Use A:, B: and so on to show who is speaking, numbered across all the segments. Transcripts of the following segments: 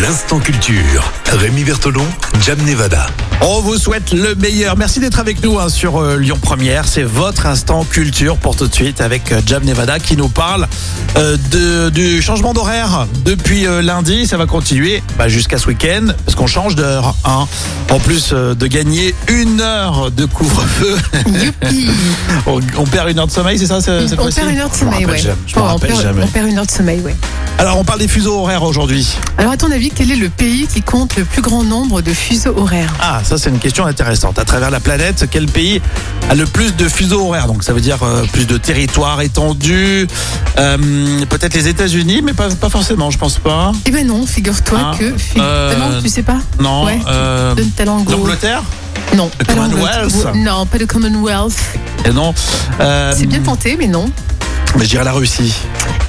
A: L'instant culture. Rémi Bertolon, Jam Nevada.
B: On vous souhaite le meilleur. Merci d'être avec nous hein, sur euh, Lyon Première. C'est votre instant culture pour tout de suite avec euh, Jam Nevada qui nous parle euh, de- du changement d'horaire depuis euh, lundi. Ça va continuer bah, jusqu'à ce week-end parce qu'on change d'heure. hein. En plus euh, de gagner une heure de couvre-feu,
C: Youpi
B: on, on perd une heure de sommeil, c'est ça ce- Euh, cette
C: On
B: fois-ci
C: perd une heure de
B: Je m'en
C: sommeil,
B: rappelle
C: ouais.
B: jamais, Je m'en
C: Oh, on,
B: rappelle
C: perd,
B: jamais.
C: on perd une heure de sommeil, ouais.
B: Alors on parle des fuseaux horaires aujourd'hui.
C: Alors, à ton avis, quel est le pays qui compte le plus grand nombre de fuseaux horaires
B: Ah, ça c'est une question intéressante. À travers la planète, quel pays a le plus de fuseaux horaires Donc ça veut dire euh, plus de territoires étendus. Euh, Peut-être les États-Unis, mais pas, pas forcément, je pense pas.
C: Eh ben non, figure-toi
B: Ah,
C: que. figu-
B: euh,
C: Ah non, tu sais pas
B: Non.
C: Ouais,
B: euh,
C: Donne ta langue. au-
B: L'Angleterre
C: Non,
B: le
C: pas l'Angleterre.
B: Commonwealth
C: Non, pas le Commonwealth.
B: Et Eh non. Euh,
C: C'est bien tenté, mais non.
B: Mais je dirais la Russie.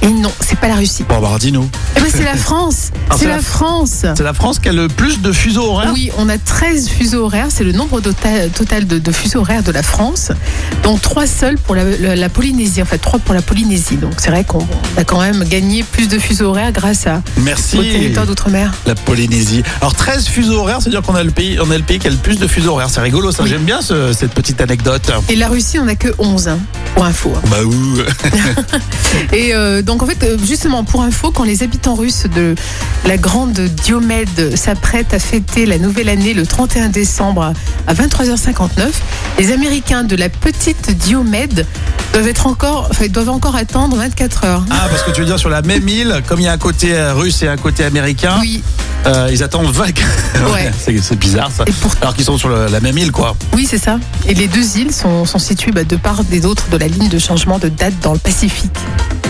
C: Et non, c'est pas la Russie.
B: Bon, bah dis-nous.
C: Eh ben, c'est la France
B: Ah, c'est
C: C'est
B: la-
C: la France
B: C'est la France qui a le plus de fuseaux horaires
C: Oui, on a 13 fuseaux horaires, c'est le nombre dota- total de, de fuseaux horaires de la France, dont 3 seuls pour la, la- la Polynésie, en fait 3 pour la Polynésie. Donc c'est vrai qu'on a quand même gagné plus de fuseaux horaires grâce à, au
B: Merci.
C: territoire d'outre-mer.
B: La Polynésie. Alors 13 fuseaux horaires, c'est-à-dire qu'on a le pays, on a le pays qui a le plus de fuseaux horaires. C'est rigolo, ça.
C: Oui.
B: J'aime bien ce- cette petite anecdote.
C: Et la Russie, on a que 11, hein, pour info. hein.
B: Bah ouh.
C: Et euh, donc en fait, euh, justement, pour info, quand les habitants russes de la grande Diomède s'apprêtent à fêter la nouvelle année le 31 décembre à 23h59, les Américains de la petite Diomède doivent, être encore, enfin, doivent encore attendre 24 heures.
B: Ah, parce que tu veux dire sur la même île, comme il y a un côté euh, russe et un côté américain,
C: Oui,
B: euh, ils attendent 20.
C: Ouais.
B: c'est, c'est bizarre ça.
C: et pour...
B: Alors qu'ils sont sur le- la même île, quoi.
C: oui c'est ça. Et les deux îles sont, sont situées bah, de part des autres de la ligne de changement de date dans le Pacifique.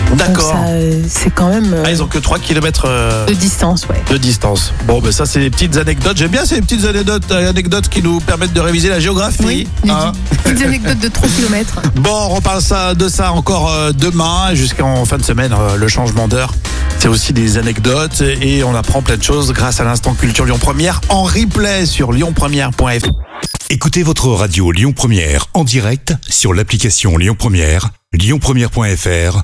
C: Donc
B: D'accord.
C: ça, euh, c'est quand même euh,
B: Ah, ils ont que 3 km
C: de distance, ouais.
B: de distance. Bon, ben ça, c'est des petites anecdotes. J'aime bien ces petites anecdotes, euh, anecdotes qui nous permettent de réviser la géographie.
C: des
B: hein.
C: petites anecdotes de 3 km.
B: Bon, on reparle ça, de ça encore euh, demain, jusqu'en fin de semaine, euh, le changement d'heure. C'est aussi des anecdotes et on apprend plein de choses grâce à l'instant culture Lyon Première en replay sur lyonpremière.fr.
A: Écoutez votre radio Lyon Première en direct sur l'application Lyon Première, lyonpremière.fr